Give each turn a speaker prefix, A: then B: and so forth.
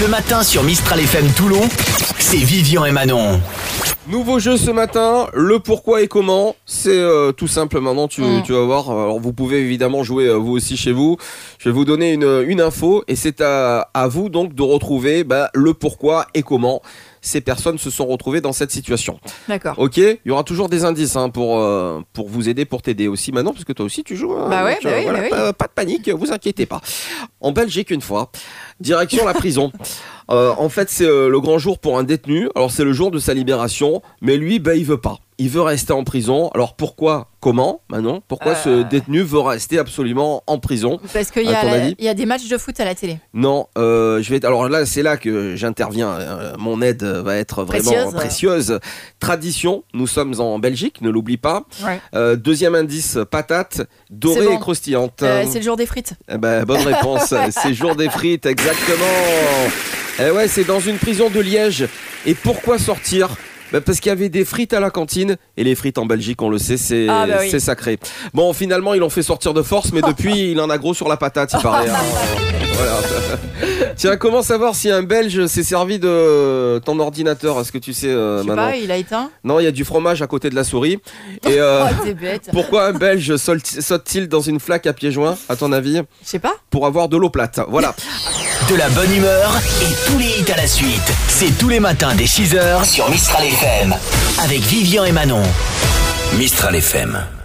A: Le matin sur Mistral FM Toulon, c'est Vivian et Manon.
B: Nouveau jeu ce matin, le pourquoi et comment, c'est euh, tout simple maintenant, tu,
C: Mm.
B: tu vas voir. Alors vous pouvez évidemment jouer euh, vous aussi chez vous. Je vais vous donner une, une info et c'est à, à vous donc de retrouver bah, le pourquoi et comment ces personnes se sont retrouvées dans cette situation.
C: D'accord.
B: Ok Il y aura toujours des indices hein, pour, euh, pour vous aider, pour t'aider aussi Manon, parce que toi aussi tu joues. hein.
C: Bah ouais,
B: Donc,
C: bah oui,
B: voilà,
C: bah oui.
B: Pas, pas de panique, vous inquiétez pas. En Belgique une fois, direction la prison. Euh, en fait, c'est euh, le grand jour pour un détenu. Alors c'est le jour de sa libération, mais lui, bah il veut pas. Il veut rester en prison. Alors pourquoi Comment Manon Pourquoi
C: Euh.
B: ce détenu veut rester absolument en prison
C: Parce qu'il y,
B: À
C: a
B: ton
C: la-
B: avis
C: il y a des matchs de foot à la télé.
B: non, euh, je vais. Alors là, c'est là que j'interviens. Euh, mon aide va être vraiment
C: Précieuse.
B: précieuse. Tradition. Nous sommes en Belgique, ne l'oublie pas.
C: Ouais.
B: Euh, deuxième indice patate
C: C'est
B: dorée
C: bon.
B: et croustillante.
C: Euh, c'est le jour des frites.
B: Eh ben, bonne réponse. c'est jour des frites, exactement. Eh ouais, c'est dans une prison de Liège. Et pourquoi sortir Ben, parce qu'il y avait des frites à la cantine et les frites en Belgique, on le sait, c'est
C: Ah, bah oui.
B: c'est sacré. Bon, finalement, ils l'ont fait sortir de force, mais depuis, il en a gros sur la patate, il paraît. hein. Voilà. Tiens, comment savoir si un Belge s'est servi de ton ordinateur Est-ce que tu sais, euh,
C: Je sais
B: Manon
C: pas, il a éteint.
B: Non, il y a du fromage à côté de la souris. Et euh,
C: Oh, t'es bête.
B: pourquoi un Belge sol- saute-t-il dans une flaque à pieds joints, à ton avis
C: Je sais pas.
B: Pour avoir de l'eau plate. Voilà.
A: De la bonne humeur et tous les hits à la suite. C'est tous les matins dès 6h sur Mistral FM. Avec Vivian et Manon. Mistral FM.